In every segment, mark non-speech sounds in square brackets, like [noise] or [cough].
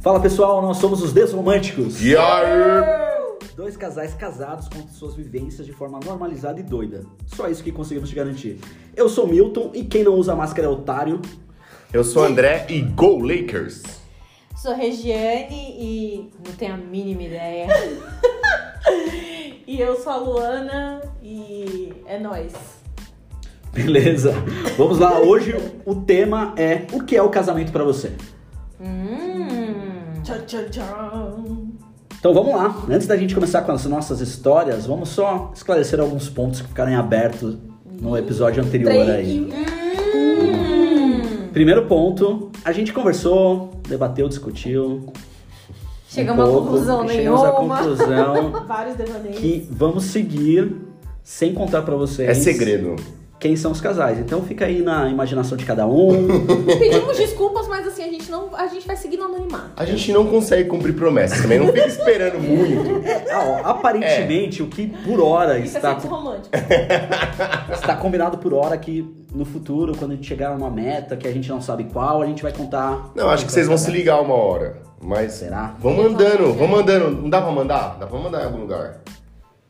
Fala pessoal, nós somos os Desromânticos. E aí? Dois casais casados com suas vivências de forma normalizada e doida. Só isso que conseguimos te garantir. Eu sou Milton e quem não usa máscara é otário. Eu sou o André e Go Lakers! Sou Regiane e não tenho a mínima ideia. e eu sou a Luana e é nóis. Beleza? Vamos lá, hoje o tema é o que é o casamento pra você? Hum. Tchau, tchau, tchau. Então vamos lá, antes da gente começar com as nossas histórias, vamos só esclarecer alguns pontos que ficaram em aberto no episódio anterior aí. Hum. Primeiro ponto, a gente conversou, debateu, discutiu. Chegamos um a pouco, conclusão e Chegamos à nenhuma. conclusão Vários devaneios. que vamos seguir sem contar pra vocês É segredo. quem são os casais. Então fica aí na imaginação de cada [laughs] um. [laughs] Pedimos desculpas, mas assim, a gente não. A gente vai seguir no anonimato. A gente não consegue cumprir promessas também, não fica esperando muito. Ah, ó, É. aparentemente, o que por hora Isso está, é assim. sexo romântico. está combinado por hora que no futuro, quando a gente chegar numa meta que a gente não sabe qual, a gente vai contar. Não, acho que vocês vão se ligar uma hora. Mas Será? vamos andando, vamos andando. Não dá pra mandar? Dá pra mandar em algum lugar.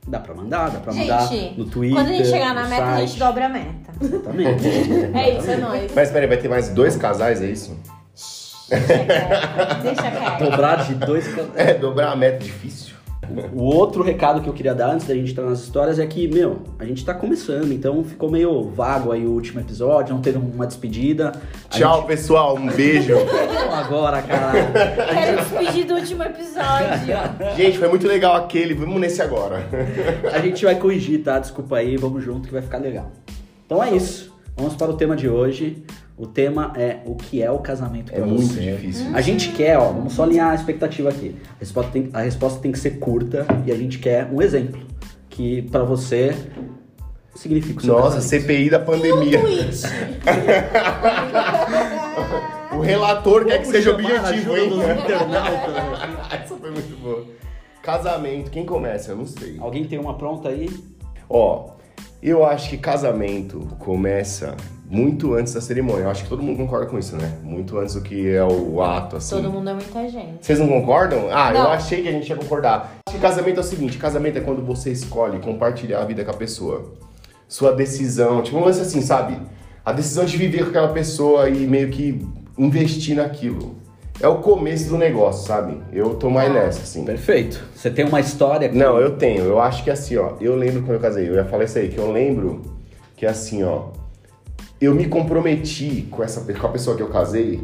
Dá pra mandar, dá pra mandar Gente, no Twitter. quando a gente chegar na no meta, a site. gente dobra a meta. Exatamente. [laughs] É isso, é nóis. Mas peraí, vai ter mais dois casais, é isso? Deixa quieto. Deixa [laughs] quieto. Dobrar de dois. can- É, dobrar a meta é difícil. O outro recado que eu queria dar antes da gente entrar nas histórias é que, meu, a gente tá começando, então ficou meio vago aí o último episódio, não teve uma despedida. A Tchau, pessoal, um beijo. gente- Agora, cara. Quero despedir do último episódio. gente, foi muito legal aquele, vamos nesse agora. A gente vai corrigir, tá? Desculpa aí, vamos junto que vai ficar legal. Então é isso. Vamos para o tema de hoje. O tema é o que é o casamento É pra muito você. difícil. A gente quer, ó, vamos só alinhar a expectativa aqui. A resposta tem, a resposta tem que ser curta e a gente quer um exemplo que pra você significa o seu Nossa, casamento. CPI da pandemia. [laughs] O relator quer que Vamos seja chamar a objetivo, ajuda dos hein? internautas. [laughs] Essa foi muito boa. Casamento, quem começa? Eu não sei. Alguém tem uma pronta aí? Ó, eu acho que casamento começa muito antes da cerimônia. Eu acho que todo mundo concorda com isso, né? Muito antes do que é o ato, assim. Todo mundo é muita gente. Vocês não concordam? Ah, eu Não. achei que a gente ia concordar. Acho que casamento é o seguinte: casamento é quando você escolhe compartilhar a vida com a pessoa. Sua decisão, tipo, um lance assim, sabe? A decisão de viver com aquela pessoa e meio que investir naquilo. É o começo do negócio, sabe? Eu tô mais nessa, assim. Perfeito. Você tem uma história? Não, eu tenho. Eu acho que assim, ó. Eu lembro quando eu casei. Eu ia falar isso aí, que eu lembro que assim, ó. Eu me comprometi com essa pe- com a pessoa que eu casei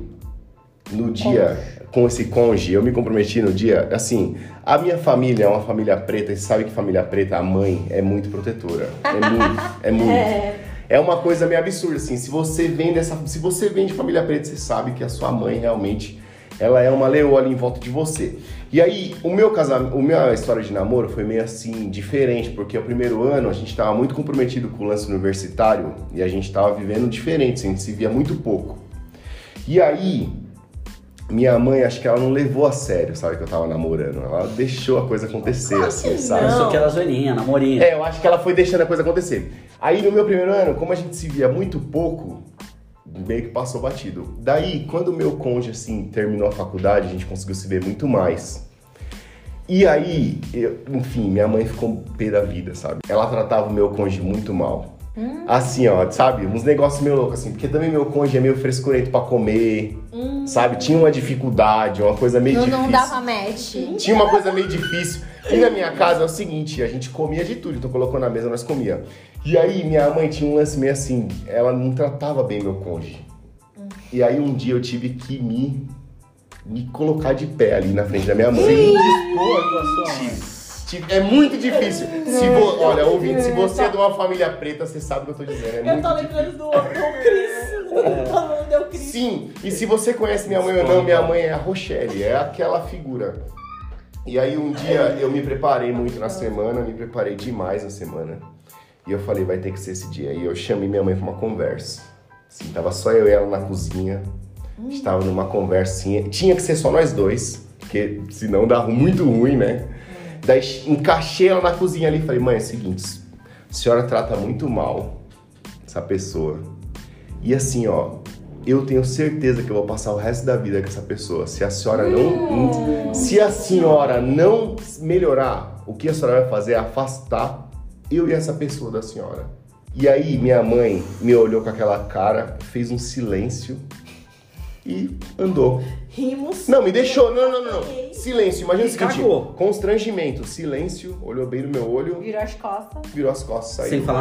no dia, com esse conge. Eu me comprometi no dia, assim. A minha família é uma família preta e sabe que família preta, a mãe é muito protetora. É muito, [laughs] é muito. É. uma coisa meio absurda, assim. Se você vem dessa. Se você vem de família preta, você sabe que a sua mãe realmente ela é uma leoa ali em volta de você. E aí, o meu casamento, a minha história de namoro foi meio assim, diferente, porque o primeiro ano a gente tava muito comprometido com o lance universitário e a gente tava vivendo diferente, assim, a gente se via muito pouco. E aí, minha mãe, acho que ela não levou a sério, sabe, que eu tava namorando. Ela deixou a coisa acontecer, assim, sabe? Eu só quero a zoeirinha, namorinha. É, eu acho que ela foi deixando a coisa acontecer. Aí no meu primeiro ano, como a gente se via muito pouco, meio que passou batido. Daí, quando o meu cônjuge, assim, terminou a faculdade, a gente conseguiu se ver muito mais. E aí, eu- enfim, minha mãe ficou um pé da vida, sabe? Ela tratava o meu cônjuge muito mal. Hum. Assim, ó, sabe? Uns negócios meio loucos, assim. Porque também meu cônjuge é meio frescurento pra comer, sabe? Tinha uma dificuldade, uma coisa meio Hum. Não, difícil. não dava match. Tinha uma coisa meio difícil. E na minha casa é o seguinte, a gente comia de tudo, então colocou na mesa, nós comia. E aí minha mãe tinha um lance meio assim, ela não tratava bem meu cônjuge. E aí um dia eu tive que me, me colocar de pé ali na frente da minha mãe. Boa atuação. Tive- É muito difícil. Se vo- olha, ouvinte, se você é de uma família preta, você sabe o que eu tô dizendo. É Eu muito tô lembrando do, do Cris. Todo mundo é o Cris. Sim, e se você conhece minha mãe ou não, minha mãe é a Rochelle, é aquela figura. E aí um dia eu me preparei muito na semana, me preparei demais na semana. E eu falei, vai ter que ser esse dia. E eu chamei minha mãe pra uma conversa. Assim, tava só eu e ela na cozinha. A gente tava numa conversinha. Tinha que ser só nós dois, porque senão dá muito ruim, né? Daí encaixei ela na cozinha ali e falei, mãe, é o seguinte, a senhora trata muito mal essa pessoa. E assim, ó, eu tenho certeza que eu vou passar o resto da vida com essa pessoa. Se a senhora não. Se a senhora não melhorar, o que a senhora vai fazer é afastar eu e essa pessoa da senhora. E aí minha mãe me olhou com aquela cara, fez um silêncio e andou. Rimos. Não, me deixou. Não, não, não. não. Silêncio. Imagina o seguinte: Cagou. constrangimento, silêncio, olhou bem no meu olho, Virou as costas. virou as costas, saiu. Sem falar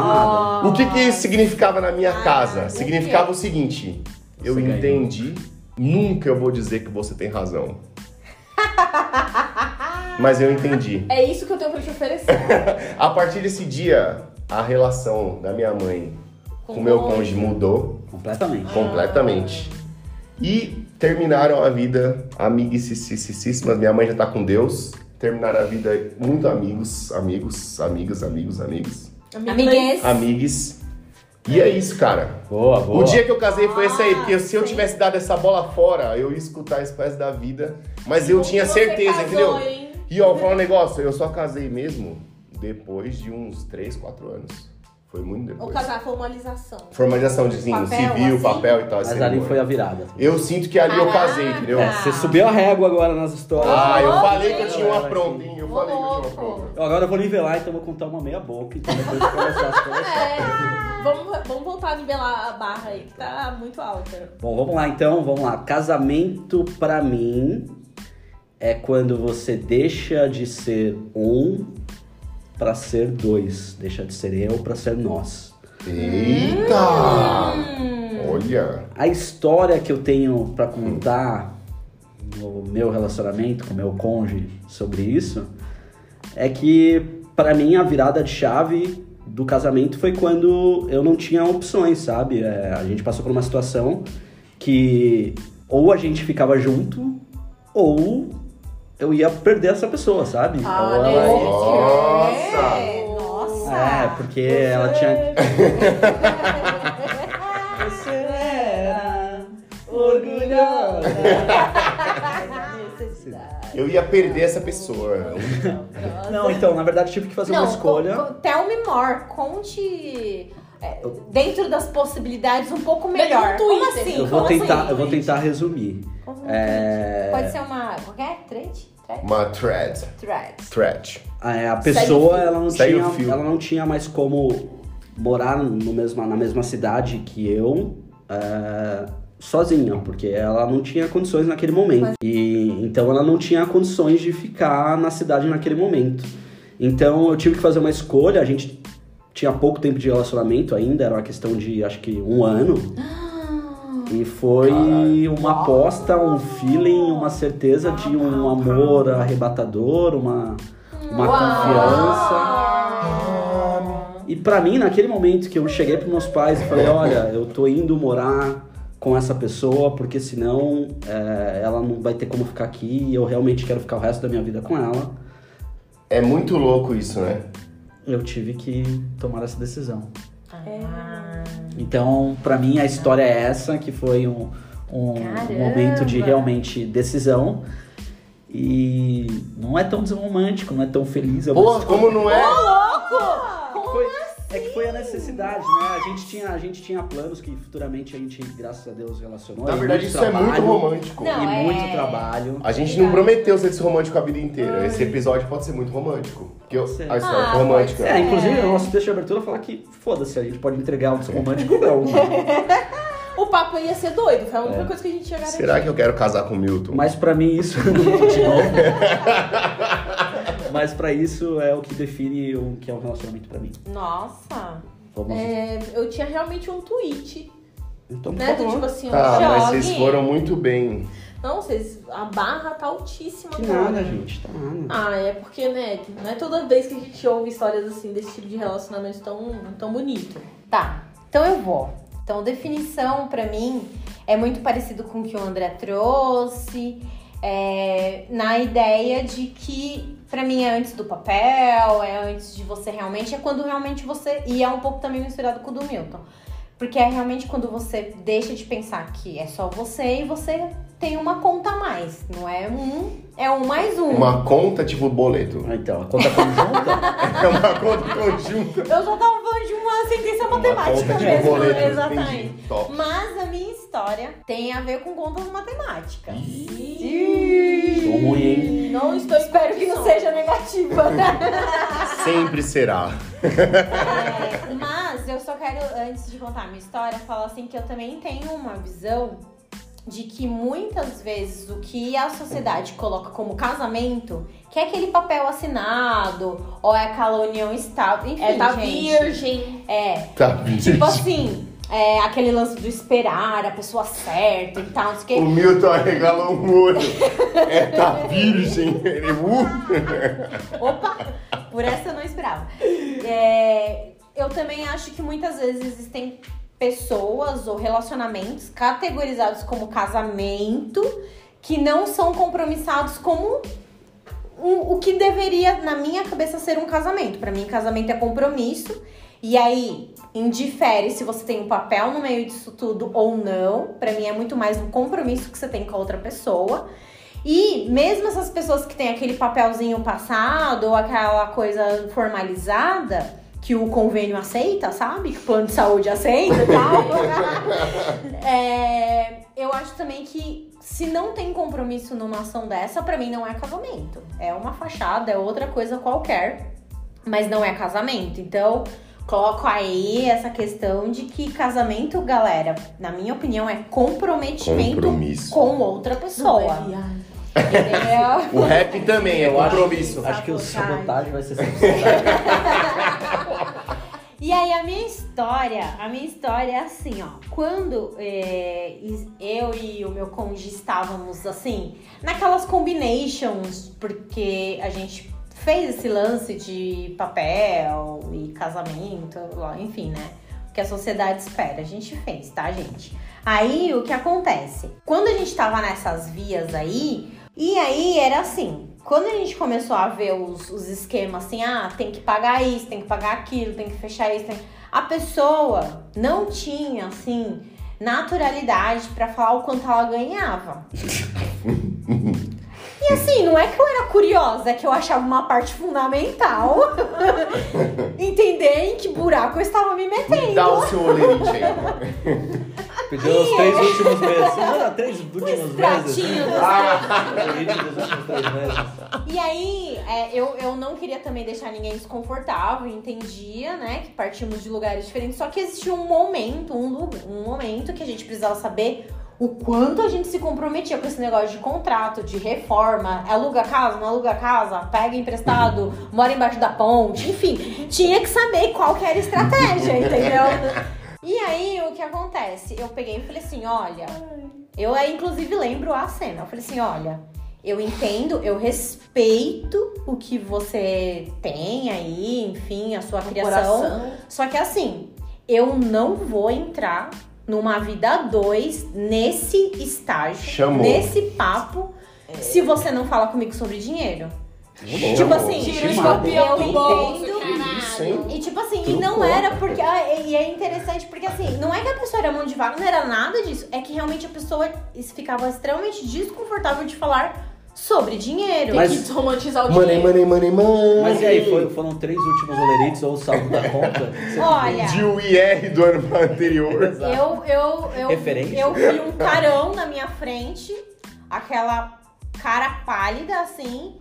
nada. O que que isso significava na minha Ah, casa? o Significava o seguinte: eu Você ganhou. entendi, nunca eu vou dizer que você tem [laughs] razão. Mas eu entendi. É isso que eu tenho pra te oferecer. A partir desse dia, a relação da minha mãe com o meu cônjuge Ah. mudou Completamente. completamente. E terminaram a vida amiguíssimas. Minha mãe já tá com Deus. Terminaram a vida muito amigos, amigos, amigos, amigos, amigos, Amiguês. amigues. E é isso, cara. Boa, boa. O dia que eu casei foi esse aí, porque se eu Ah, sim. tivesse dado essa bola fora, eu ia escutar esse resto da vida. Mas eu tinha Você certeza, casou, entendeu? hein? E ó, vou falar um negócio, eu só casei mesmo depois de uns 3, 4 anos. Foi muito Ou depois. casar formalização. Formalização de sim, Papel, civil, assim? papel e tal. Mas esse ali negócio. foi a virada. Eu sinto que ali eu casei, Caraca! entendeu? É, você subiu a régua agora nas histórias. Ah, eu Ô, falei que eu gente. tinha uma pronta, hein? Eu Ô, falei que eu tinha uma louco. pronta. Eu agora vou nivelar, então vou contar uma meia boca. Então depois eu começar as coisas. Ah, [laughs] É, vamos, vamos voltar a nivelar a barra aí, que tá muito alta. Bom, vamos lá então, vamos lá. Casamento pra mim é quando você deixa de ser um pra ser dois, deixa de ser eu pra ser nós. Eita! Olha! A história que eu tenho pra contar no meu relacionamento com meu cônjuge sobre isso é que pra mim a virada de chave do casamento foi quando eu não tinha opções, sabe? É, a gente passou por uma situação que ou a gente ficava junto ou eu ia perder essa pessoa, sabe? Ah, Ou ela né, ia- gente? Nossa! É, nossa! É, porque ela tinha. Você era orgulhosa da necessidade. Eu ia perder essa pessoa. Não, então, na verdade tive que fazer Não, uma escolha. co- co- tell me more, conte é, dentro das possibilidades um pouco Dentro melhor. do Como Twitter. assim? Eu vou Como tentar, assim? eu vou tentar resumir. Como um É, tweet? Pode ser uma. Qualquer? Thread? Thread? Uma thread. Thread. Thread. a a Segue o pessoa fio. ela não, Segue tinha, o fio. ela não tinha mais como morar no mesma, na mesma cidade que eu é, sozinha, porque ela não tinha condições naquele momento. E então ela não tinha condições de ficar na cidade naquele momento. Então eu tive que fazer uma escolha, a gente tinha pouco tempo de relacionamento ainda, era uma questão de acho que um ano. E foi Caralho. uma aposta, um feeling, uma certeza de um amor arrebatador, uma, uma Uau! confiança. E pra mim, naquele momento que eu cheguei pros meus pais e falei, olha, eu tô indo morar com essa pessoa, porque senão é, ela não vai ter como ficar aqui e eu realmente quero ficar o resto da minha vida com ela. É muito louco isso, né? Eu tive que tomar essa decisão. Ah. Então, pra mim, a história é essa, que foi um, um Caramba! momento de realmente decisão. E não é tão desromântico, não é tão feliz. é uma Porra, história- como não é? foi, assim? é que foi a necessidade, né? A gente, tinha, a gente tinha planos que futuramente a gente, graças a Deus, relacionou. Na E verdade, muito isso é muito trabalho, romântico. Não, E é- muito trabalho. A gente não prometeu ser esse romântico a vida inteira. Esse episódio pode ser muito romântico. Porque eu- Pode ser. a história Ah, foi romântica. É, inclusive, o nosso texto de abertura fala que, foda-se, a gente pode entregar um desromântico, não. [laughs] né? O papo ia ser doido, foi a É. única coisa que a gente tinha garantido. Será que eu quero casar com o Milton? Mas pra mim isso é de novo. Mas pra isso é o que define o que é um relacionamento pra mim. Nossa, Vamos. é, eu tinha realmente um tweet, Então, por né? Tá Do favor. tipo assim, Ah, jogue. mas vocês foram muito bem. Não, vocês. A barra tá altíssima Que cara. nada, gente. Tá nada. Ah, é porque, né? Não é toda vez que a gente ouve histórias assim desse tipo de relacionamento tão, tão bonito. Tá, então eu vou. Então, definição pra mim é muito parecido com o que o André trouxe, é, na ideia de que pra mim é antes do papel, é antes de você realmente, é quando realmente você. E é um pouco também misturado com o do Milton. Porque é realmente quando você deixa de pensar que é só você e você tem uma conta a mais. Não é um, é um mais um. Uma [laughs] conta tipo boleto. [laughs] Ah, Então, a conta conjunta. É uma conta conjunta. Eu só tava falando de um lance tem que ser matemática conta de mesmo. borboleta, entendi. Exatamente. Top. Mas a minha história tem a ver com contas matemáticas. Tô ruim, hein? Não estou Espero que não seja negativa, né? Sempre será. É, mas eu só quero, antes de contar a minha história, falar assim que eu também tenho uma visão de que muitas vezes o que a sociedade coloca como casamento, que é aquele papel assinado, ou é aquela união estável, enfim, [laughs] É, tá gente, virgem. É, Tá, gente. Tipo assim, é, aquele lance do esperar a pessoa certa e tal, não sei O o quê. Milton arregalou um olho. É tá virgem. Ele, uh, Opa! Por essa eu não esperava. É, eu também acho que muitas vezes existem pessoas ou relacionamentos categorizados como casamento que não são compromissados como um- o que deveria, na minha cabeça, ser um casamento. Pra mim, casamento é compromisso. E aí, indifere se você tem um papel no meio disso tudo ou não. Pra mim, é muito mais um compromisso que você tem com a outra pessoa. E mesmo essas pessoas que têm aquele papelzinho passado ou aquela coisa formalizada que o convênio aceita, sabe? Que o plano de saúde aceita e tal. É, eu acho também que se não tem compromisso numa ação dessa, pra mim não é casamento. É uma fachada, é outra coisa qualquer, mas não é casamento. Então, coloco aí essa questão de que casamento, galera, na minha opinião, é comprometimento Compromisso. com outra é, pessoa. Entendeu? O rap também é Eu acho- compromisso. Acho que o Sabotagem. sabotagem vai ser sabotagem. E aí a minha história, a minha história é assim, ó. Quando é, is- eu e o meu conge estávamos assim, naquelas combinations, porque a gente fez esse lance de papel e casamento, lá, enfim, né? O que a sociedade espera, a gente fez, tá, gente? Aí o que acontece? Quando a gente tava nessas vias aí, e aí era assim, quando a gente começou a ver os, os esquemas assim, ah, tem que pagar isso, tem que pagar aquilo, tem que fechar isso, tem... a pessoa não tinha assim naturalidade pra falar o quanto ela ganhava. E assim, não é que eu era curiosa, é que eu achava uma parte fundamental [laughs] entender em que buraco eu estava me metendo. Me dá o seu olerite aí. Pediu os [laughs] três últimos meses. Não, não, três últimos meses. Pratinho. Elite dos últimos três meses. E aí, é, eu, eu não queria também deixar ninguém desconfortável, entendia, né? Que partimos de lugares diferentes. Só que existia um momento, um, lu- um momento que a gente precisava saber o quanto a gente se comprometia com esse negócio de contrato, de reforma, aluga casa, não aluga casa, pega emprestado, mora embaixo da ponte, enfim, tinha que saber qual que era a estratégia, entendeu? E aí, o que acontece? Eu peguei e falei assim, olha, eu é, inclusive lembro a cena. Eu falei assim, olha, eu entendo, eu respeito o que você tem aí, enfim, a sua criação. Coração. Só que assim, eu não vou entrar numa vida a dois nesse estágio, Chamou. nesse papo, É. se você não falar comigo sobre dinheiro. Chamou. assim, Tira o Chamado. escorpião Eu do bolso. entendo. caralho. Isso, hein? E tipo assim, e Tudo não bom. era porque. ah, E e é interessante porque assim, não é que a pessoa era mão de vaca, não era nada disso. É que realmente a pessoa es- ficava extremamente desconfortável de falar sobre dinheiro. Mas- Tem que romantizar o Money, dinheiro. money, money, money. Mas e aí, foi- foram três últimos olerites ou o saldo da conta? Olha. De o IR do ano anterior. Exato. Eu, eu, eu, Referência. eu vi um carão na minha frente, aquela cara pálida assim,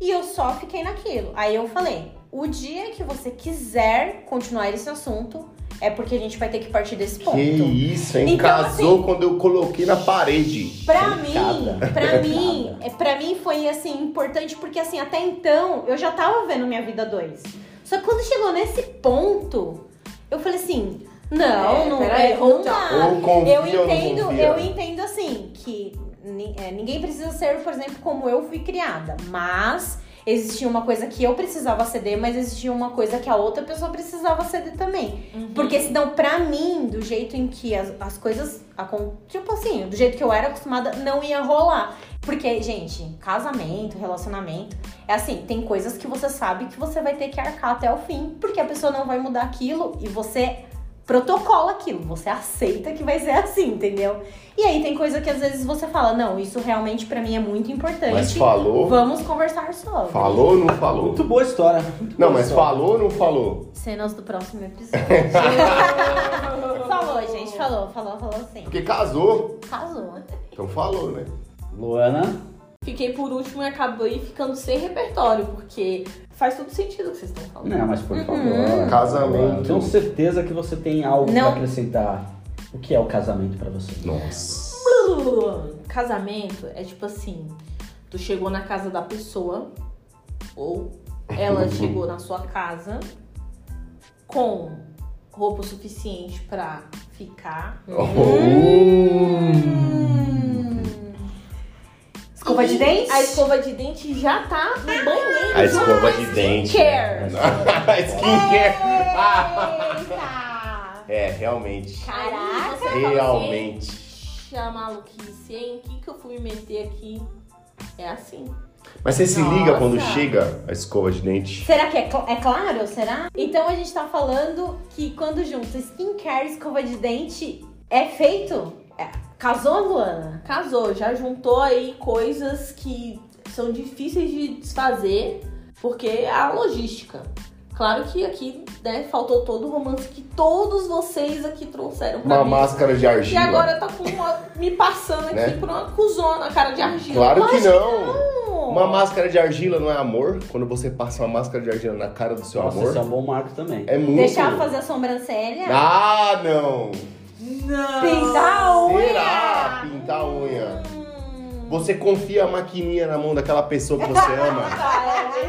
e eu só fiquei naquilo. Aí eu falei: o dia que você quiser continuar esse assunto, é porque a gente vai ter que partir desse ponto. Que isso, hein? Então, Casou quando eu coloquei na parede. Pra Delicada. mim, pra mim, é, pra mim foi assim importante porque assim, até então eu já tava vendo minha vida dois. Só que quando chegou nesse ponto, eu falei assim, não, É, não, peraí, é, não hold dá. on. Ou confia eu ou não entendo, confia. eu entendo assim que ni- é, ninguém precisa ser, por exemplo, como eu fui criada, mas existia uma coisa que eu precisava ceder, mas existia uma coisa que a outra pessoa precisava ceder também. Porque senão, pra mim, do jeito em que as, as coisas. acon- Tipo assim, do jeito que eu era acostumada, não ia rolar. Porque, gente, casamento, relacionamento, é assim, tem coisas que você sabe que você vai ter que arcar até o fim, porque a pessoa não vai mudar aquilo e você protocola aquilo, você aceita que vai ser assim, entendeu? E aí tem coisa que às vezes você fala, não, isso realmente pra mim é muito importante. Mas falou. Vamos conversar sobre. Falou ou não falou? Muito boa história. muito Não, boa mas história. falou ou não falou? Cenas do próximo episódio. [laughs] [laughs] falou, gente, falou, falou, falou sim. Porque casou. Casou. Então falou, né? Luana, Fiquei por último e acabei ficando sem repertório, porque faz todo sentido o que vocês estão falando. não, mas por favor. Casamento. Tenho certeza que você tem algo Não. pra acrescentar. O que é o casamento pra você? Nossa. Casamento é tipo assim: tu chegou na casa da pessoa, ou ela chegou na sua casa com roupa suficiente pra ficar. Oh. Hum. Escova de E dente? A escova de dente já tá no banheiro. A escova de dente. né? Care. [laughs] Skincare. Eita! [laughs] É, realmente. Caraca. Realmente. Puxa, maluquice, hein? O que, que eu fui me meter aqui? É assim. Mas você se liga quando Nossa. chega a escova de dente? Será que é, cl- é claro? Será? Então a gente tá falando que quando junta skincare e escova de dente, é feito? É, casou, Luana? Casou, já juntou aí coisas que são difíceis de desfazer, porque é a logística. Claro que aqui, né, faltou todo o romance que todos vocês aqui trouxeram pra Uma mim. máscara de E argila. agora tá com uma- me passando aqui Né? por uma cuzona, cara de argila. Claro que Mas não. não. Uma máscara de argila não é amor? Quando você passa uma máscara de argila na cara do seu Nossa, amor, esse é um bom marco também. é muito. Deixar ela fazer a sobrancelha? Ah, não! Não. Pintar a unha? Será? Pintar a unha. Hum, Você confia a maquininha na mão daquela pessoa que você ama?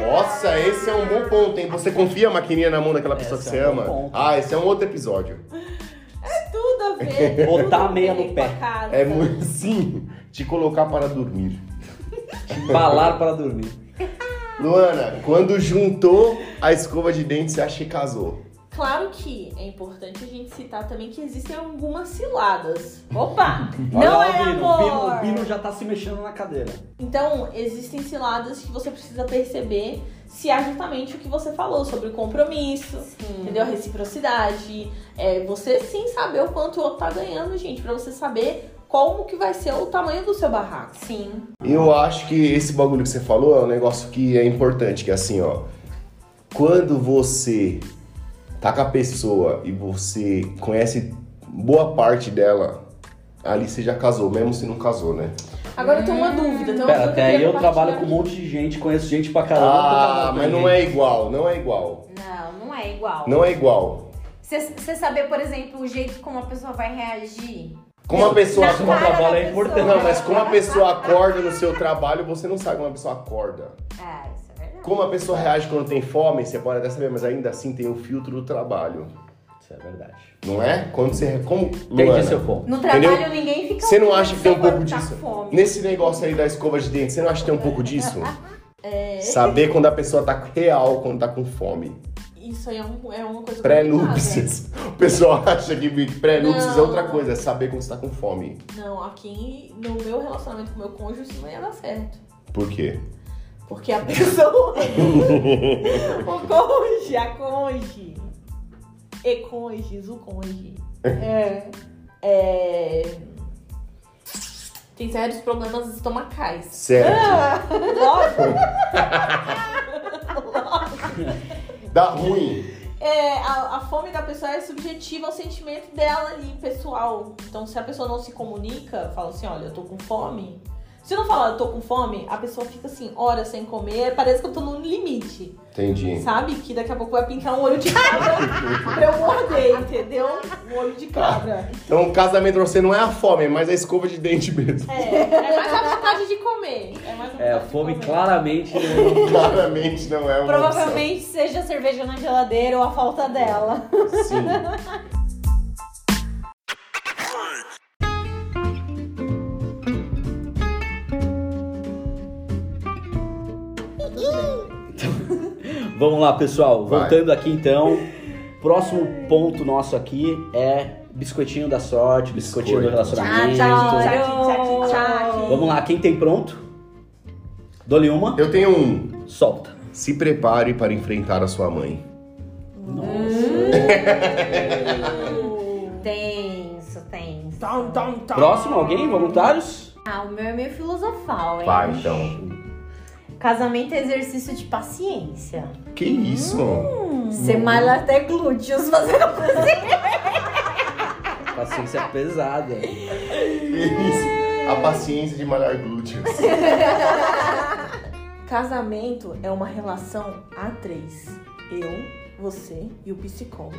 Nossa, esse é um bom ponto, hein? Você confia a maquininha na mão daquela pessoa Esse que você é um bom ama? ponto. Ah, esse é um outro episódio. Tudo [laughs] a ver. Botar tudo a meia ver no com a pé. casa. É muito. Sim, te colocar para dormir. É. Balar para dormir. Luana, quando juntou a escova de dente, você acha que casou. Claro que é importante a gente citar também que existem algumas ciladas. [laughs] Opa! Olha não lá é o Bino. O Bino, amor! o Bino já tá se mexendo na cadeira. Então, existem ciladas que você precisa perceber se é justamente o que você falou sobre o compromisso, entendeu? A reciprocidade. É, você sim saber o quanto o outro tá ganhando, gente, pra você saber como que vai ser o tamanho do seu barraco. Sim. Eu acho que esse bagulho que você falou é um negócio que é importante, que é assim, ó. Quando você tá com a pessoa e você conhece boa parte dela, ali você já casou, mesmo se não casou, né? Agora Então eu tenho uma dúvida. Tem uma Pera, dúvida que até aí queria eu trabalho com um compartilhar. monte de gente, conheço gente pra caramba. Ah, tô casado com mas não gente. é igual, não é igual. Não, não é igual. Não é igual. Você saber, por exemplo, o jeito como a pessoa vai reagir. Como a pessoa Na Jogar cara bola da é pessoa. importante. Não, mas como a pessoa acorda no seu trabalho, você não sabe como a pessoa acorda. Ah, isso é verdade. Como a pessoa reage quando tem fome, você pode até saber, mas ainda assim tem o filtro do trabalho, Isso é verdade. não é? Quando você. Como. Entendi Luana, seu ponto. No trabalho Entendeu? ninguém fica. Você não acha que tem um ouvindo pouco você disso? quando tá com Fome. Nesse negócio aí da escova de dente, você não acha que tem um pouco disso? [laughs] É. Saber quando a pessoa tá real, quando tá com fome. Isso aí é, um, é uma coisa complicada. Pré-núpcias. O pessoal [laughs] acha que pré-núpcias é Não. outra coisa, é saber quando você tá com fome. Não, aqui no meu relacionamento com meu cônjuge isso não ia dar certo. Por quê? Porque a pessoa. [laughs] o cônjuge, a cônjuge. E cônjuges, o cônjuge. É. é, Tem sérios problemas estomacais. Certo. Ah. Logo, Dá ruim. é, a, a fome da pessoa é subjetiva ao sentimento dela ali, pessoal. Então, se a pessoa não se comunica, fala assim: olha, eu tô com fome. Se não falar eu tô com fome, a pessoa fica assim, horas sem comer, parece que eu tô no limite. Entendi. Sabe? Que daqui a pouco vai pintar um olho [laughs] de cabra pra eu morder, entendeu? Um olho de Tá. cabra. Então, o casamento pra você não é a fome, é mais a escova de dente mesmo. É, é mais a vontade de comer. É, mais a vontade É, de fome comer. claramente. [laughs] Claramente não é uma Provavelmente seja a cerveja na geladeira ou a falta dela. opção. Sim. Vamos lá, pessoal. Vai. Voltando aqui então. Próximo ponto nosso aqui é biscoitinho da sorte, biscoitinho do Biscoito. relacionamento. Tchau, Tchac, tchac, tchac. Vamos lá, quem tem pronto? Dou-lhe uma, Eu tenho um. solta. Se prepare para enfrentar a sua mãe. Nossa. Tenso, tenso. Tom, tom, tom. Próximo, alguém? Voluntários? Ah, Tá, o meu é meio filosofal, hein? Vai, então. Casamento é exercício de paciência. Que isso? Você malha até glúteos fazendo [laughs] coisa. Paciência pesada. Que isso? A paciência de malhar glúteos. Casamento é uma relação a três. Eu, você e [laughs] o psicólogo.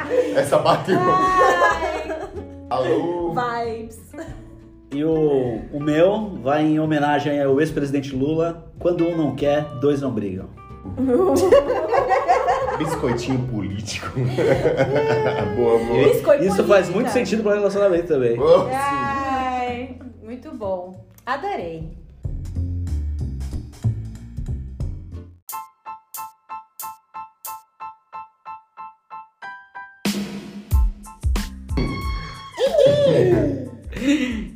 Adorei! Essa bateu. Alô? Vibes. E o, o meu vai em homenagem ao ex-presidente Lula. Quando um não quer, dois não brigam. Biscoitinho [laughs] político. boa, boa. Biscoito Isso faz muito política. sentido para relacionamento também. Boa. Ai, muito bom. Adorei.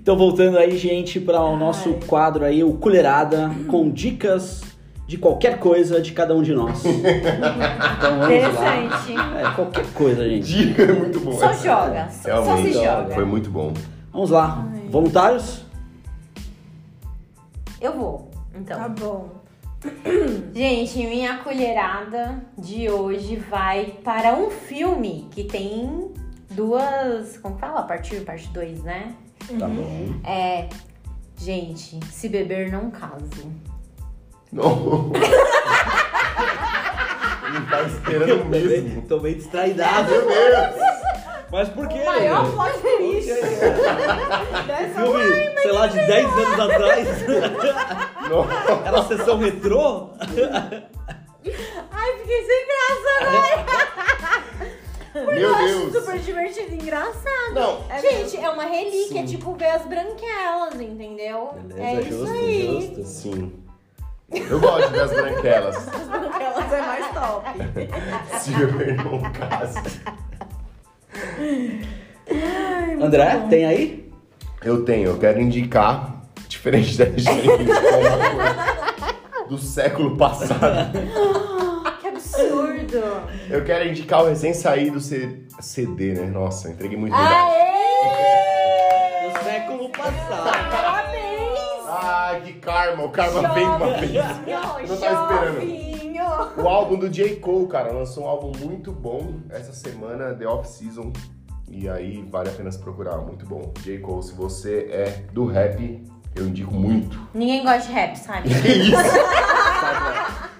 Então voltando aí, gente, para o nosso Ai. quadro aí, o Colherada, com dicas de qualquer coisa de cada um de nós. então vamos lá. Interessante. É, qualquer coisa, gente. Dia é muito bom. Só essa. joga, só, só se Realmente, joga. Foi muito bom. Vamos lá. Voluntários? Eu vou, então. Tá bom. Gente, minha colherada de hoje vai para um filme que tem duas. Como que fala? Parte 1 e parte 2, né? Tá bom. É. Gente, se beber não caso. Não. Não tá esperando Eu mesmo. também tô meio distraidado. Meu Deus. Mas por quê? né? Maior plot twist [laughs] dessa Filme, sei lá, de 10 anos atrás. [laughs] Não. Era a sessão retrô? Ai, fiquei sem graça, É. né? Meu Deus. super divertido, engraçado. Não. Gente, é uma relíquia, Sim. é tipo ver as branquelas, entendeu? Beleza, é isso justo, aí. justo. Sim. Eu gosto das branquelas. porque elas é mais top. Se meu irmão casa. André, tem aí? Eu tenho, eu quero indicar, diferente da gente, uma coisa do século passado. Que absurdo. Eu quero indicar o recém-saído C- CD, né? Nossa, entreguei muito lugar. [laughs] Aê! Do século [laughs] passado. Parabéns! Ah, que karma! O karma veio uma vez. Não tava Jovinho! O álbum do J. Cole, cara, lançou um álbum muito bom essa semana, The Off Season. E aí vale a pena se procurar, muito bom. J. Cole, se você é do rap, eu indico muito. Ninguém gosta de rap, sabe? Que isso?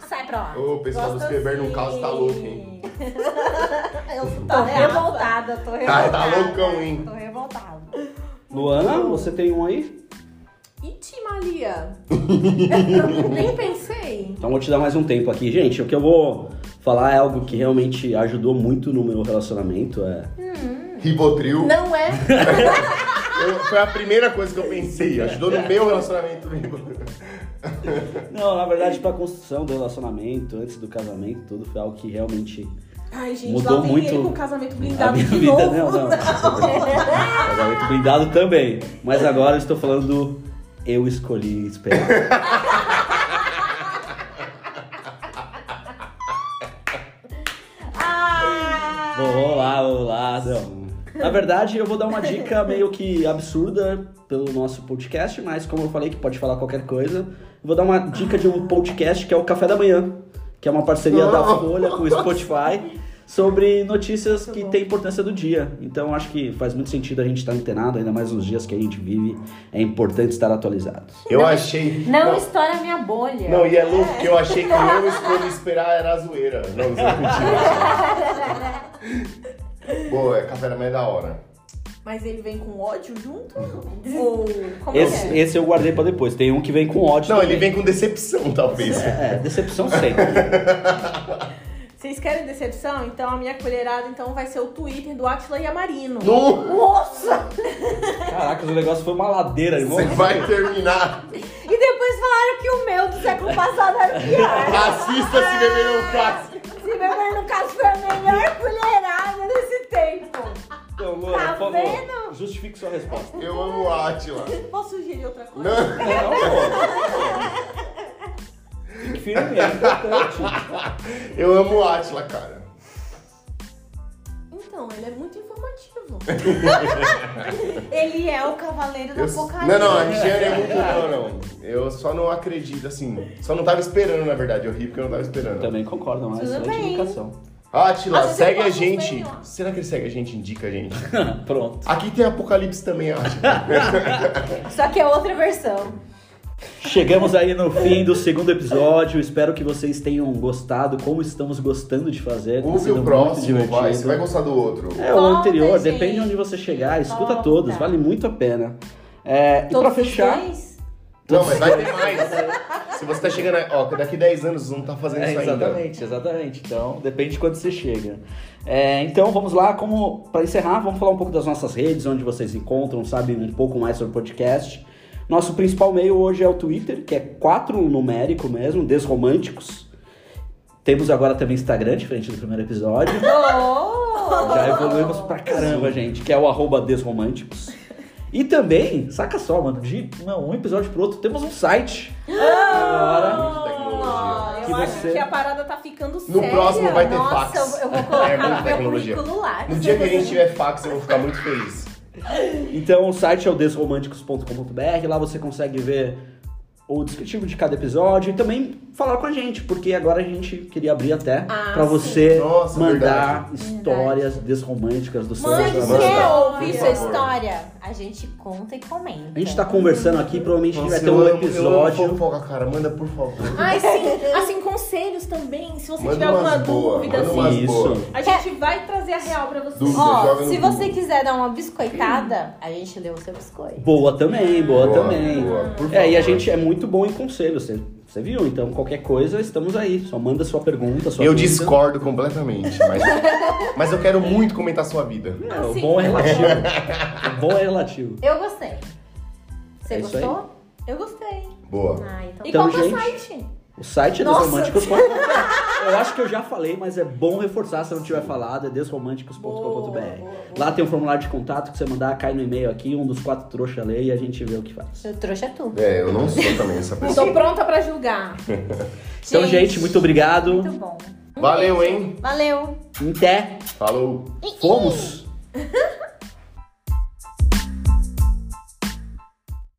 Sai pra lá. Ô, o pessoal dos Gosto Beber no caso tá louco, hein? Sim. Eu Tô revoltada. revoltada, tô Tá, revoltada. tá loucão, hein? Tô [laughs] revoltada. Luana, você tem um aí? Itimalia. Nem pensei. Então vou te dar mais um tempo aqui. Gente, o que eu vou falar é algo que realmente ajudou muito no meu relacionamento. [laughs] É... Ribotril. Não é. Eu- foi a primeira coisa que eu pensei. Ajudou no meu relacionamento comigo. Não, na verdade, pra construção do relacionamento, antes do casamento, tudo foi algo que realmente Ai, gente, Mudou lá vem muito ele com o casamento a blindado minha de vida. novo. Não, [laughs] não. Casamento blindado também. Mas agora eu estou falando do eu escolhi esperar. Ah! Bom, vamos lá, vamos lá. Não. Na verdade, eu vou dar uma dica meio que absurda pelo nosso podcast, mas como eu falei que pode falar qualquer coisa, vou dar uma dica de um podcast que é o Café da Manhã, que é uma parceria da Não. Folha com o Spotify. Sobre notícias que têm importância do dia. Então, acho que faz muito sentido a gente estar antenado, ainda mais nos dias que a gente vive. É importante estar atualizado. Eu achei. Não, Não, estoura minha bolha. não, e é louco que eu achei que eu escolhi esperar era a zoeira. Não, não é mentira. [laughs] Boa, é café da manhã da hora. Mas ele vem com ódio junto? Ou como Esse, é? esse eu guardei pra depois. Tem um que vem com ódio. Não, também. ele vem com decepção, talvez. É, decepção sempre. Vocês querem decepção? Então a minha colherada então vai ser o Twitter do Atila Yamarino. Não, Nossa! Caraca, o negócio foi uma ladeira, irmão. você vai terminar. E depois falaram que o meu do século passado era pior. Assista se beber não caso. Se beber no caso foi a melhor colherada desse tempo. Então, Luana, Tá por favor, vendo? justifique sua resposta. Eu amo o Átila. Posso sugerir outra coisa? Não. Não, pô. Firme é importante. Eu amo o Atila, cara. Então, ele é muito informativo. [laughs] Ele é o cavaleiro do Eu- não, apocalipse. não, a Regiane é muito boa, não. Eu só não acredito, assim. Só não tava esperando, na verdade. Eu ri porque eu não tava esperando. Também concordo, mas Tudo é de bem. indicação. Atila, Às vezes segue eu a posso gente. ver, ó. Será que ele segue a gente? Indica a gente. [laughs] Pronto. Aqui tem Apocalipse [laughs] também, Atila. Só que é outra versão. Chegamos aí no fim do segundo episódio. Espero que vocês tenham gostado, como estamos gostando de fazer. Tá Ouve sendo o muito próximo, divertido. vai. Você vai gostar do outro. É o Volta, anterior, gente. depende de onde você chegar. Escuta Volta. todos, vale muito a pena. É, e pra Todos os fechar, dois? Não, mas vai ter mais. [laughs] Se você tá chegando... aí- Ó, daqui 10 anos não tá fazendo É, isso ainda. exatamente, exatamente. Então, depende de quando você chega. É, então, vamos lá. Como para encerrar, vamos falar um pouco das nossas redes, onde vocês encontram, sabem um pouco mais sobre o podcast. Nosso principal meio hoje é o Twitter, que é quatro numérico mesmo, desromânticos. Temos agora também Instagram, diferente do primeiro episódio. Oh! Já evoluímos pra caramba, gente, que é o arroba desromânticos. E também, saca só, mano, de não, um episódio pro outro, temos um site. Agora. Muita Ah, tecnologia. eu Que acho você- que a parada tá ficando No séria. próximo vai ter Nossa, fax. eu- eu vou colocar é no muita meu tecnologia. currículo lá. No dia que a gente tiver fax, eu vou ficar muito feliz. Então o site é o desromânticos.com.br, lá você consegue ver o descritivo de cada episódio e também falar com a gente, porque agora a gente queria abrir até Ah, pra sim. você Nossa, mandar histórias desromânticas do seu Mãe, Manda. relacionamento. quer ouvir tá. Por sua favor. história? A gente conta e comenta. A gente tá conversando aqui, provavelmente a gente vai ter um eu amo- Eu amo episódio. fofoca, cara. Manda, por favor. Ai, [laughs] sim. Assim, conselhos também. Se você Manda tiver alguma umas boas, dúvida, manda assim, umas Isso. boas. a gente vai trazer a real pra vocês. Dúvida. Ó, joga no se você Google. quiser dar uma biscoitada, a gente lê o seu biscoito. Boa também, boa, também. boa, por É, e a favor. gente é muito bom em conselho, você, você viu? Então, qualquer coisa, estamos aí. Só manda sua pergunta, sua Eu dúvida. discordo completamente, mas, mas eu quero muito comentar sua vida. É, o Assim. bom é relativo. o bom é relativo. Eu gostei. Você É isso aí. gostou? Eu gostei. Boa. Ah, então... E Então, qual que é o gente. site? O site é Nossa. desromânticos.com.br. Eu acho que eu já falei, mas é bom reforçar se eu não tiver falado, é Boa, boa, desromânticos.com.br. boa. Lá tem um formulário de contato que você mandar, cai no e-mail aqui, um dos quatro trouxa lê e a gente vê o que faz. Eu trouxe a tu. É, eu não sou também essa Tô pessoa. pronta pra julgar. Então, gente, muito obrigado. Muito bom. Valeu, hein? Valeu. Até. Falou. Fomos.